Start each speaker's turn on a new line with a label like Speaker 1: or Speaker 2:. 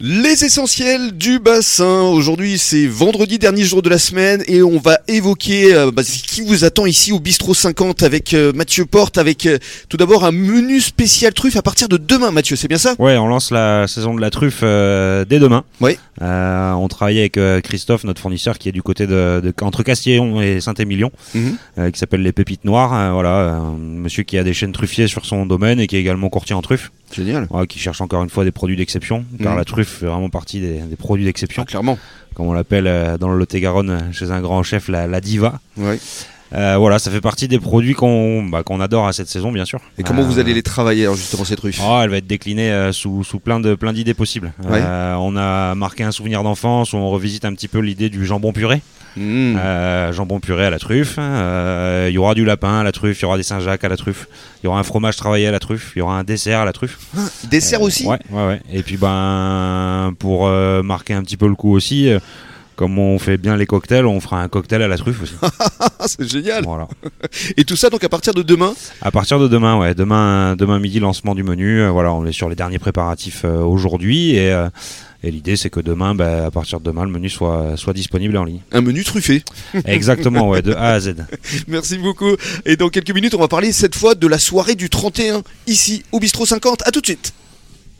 Speaker 1: Les essentiels du bassin. Aujourd'hui, c'est vendredi, dernier jour de la semaine, et on va évoquer euh, bah, ce qui vous attend ici au bistrot 50 avec euh, Mathieu Porte, avec euh, tout d'abord un menu spécial truffe à partir de demain, Mathieu. C'est bien ça
Speaker 2: Ouais, on lance la saison de la truffe euh, dès demain.
Speaker 1: Oui.
Speaker 2: Euh, on travaille avec euh, Christophe, notre fournisseur, qui est du côté de, de- entre Castillon et Saint-Émilion,
Speaker 1: Mhm.
Speaker 2: euh, qui s'appelle les Pépites Noires. Euh, voilà, un monsieur qui a des chaînes truffiers sur son domaine et qui est également courtier en truffe,
Speaker 1: Génial.
Speaker 2: Voilà, qui cherche encore une fois des produits d'exception, car
Speaker 1: Mhm.
Speaker 2: la truffe fait vraiment partie des, des produits d'exception,
Speaker 1: clairement.
Speaker 2: comme on l'appelle euh, dans le Lot-et-Garonne euh, chez un grand chef, la, la diva.
Speaker 1: Ouais.
Speaker 2: Euh, voilà, ça fait partie des produits qu'on bah, qu'on adore à cette saison, bien sûr.
Speaker 1: Et comment
Speaker 2: Euh,
Speaker 1: vous allez les travailler alors justement ces truffes
Speaker 2: Oh, elle va être déclinée euh, sous, sous plein de plein d'idées possibles. Euh, on a marqué un souvenir d'enfance où on revisite un petit peu l'idée du jambon puré.
Speaker 1: Mmh.
Speaker 2: Euh, jambon puré à la truffe. Euh, Il y aura du lapin à la truffe. Il y aura des Saint-Jacques à la truffe. Il y aura un fromage travaillé à la truffe. Il y aura un dessert à la truffe.
Speaker 1: Dessert aussi
Speaker 2: Ouais, ouais, ouais. Et puis ben pour euh, marquer un petit peu le coup aussi. euh, comme on fait bien les cocktails, on fera un cocktail à la truffe aussi.
Speaker 1: Ah, c'est génial.
Speaker 2: voilà.
Speaker 1: Et tout ça donc à partir de demain
Speaker 2: À partir de demain, ouais, demain, demain midi, lancement du menu. Euh, voilà, on est sur les derniers préparatifs euh, aujourd'hui et, euh, et l'idée c'est que demain, bah, à partir de demain, le menu soit soit disponible en ligne.
Speaker 1: un menu truffé.
Speaker 2: Exactement, ouais, de A à Z.
Speaker 1: Merci beaucoup. Et dans quelques minutes, on va parler cette fois de la soirée du 31 ici au bistrot 50. À tout de suite.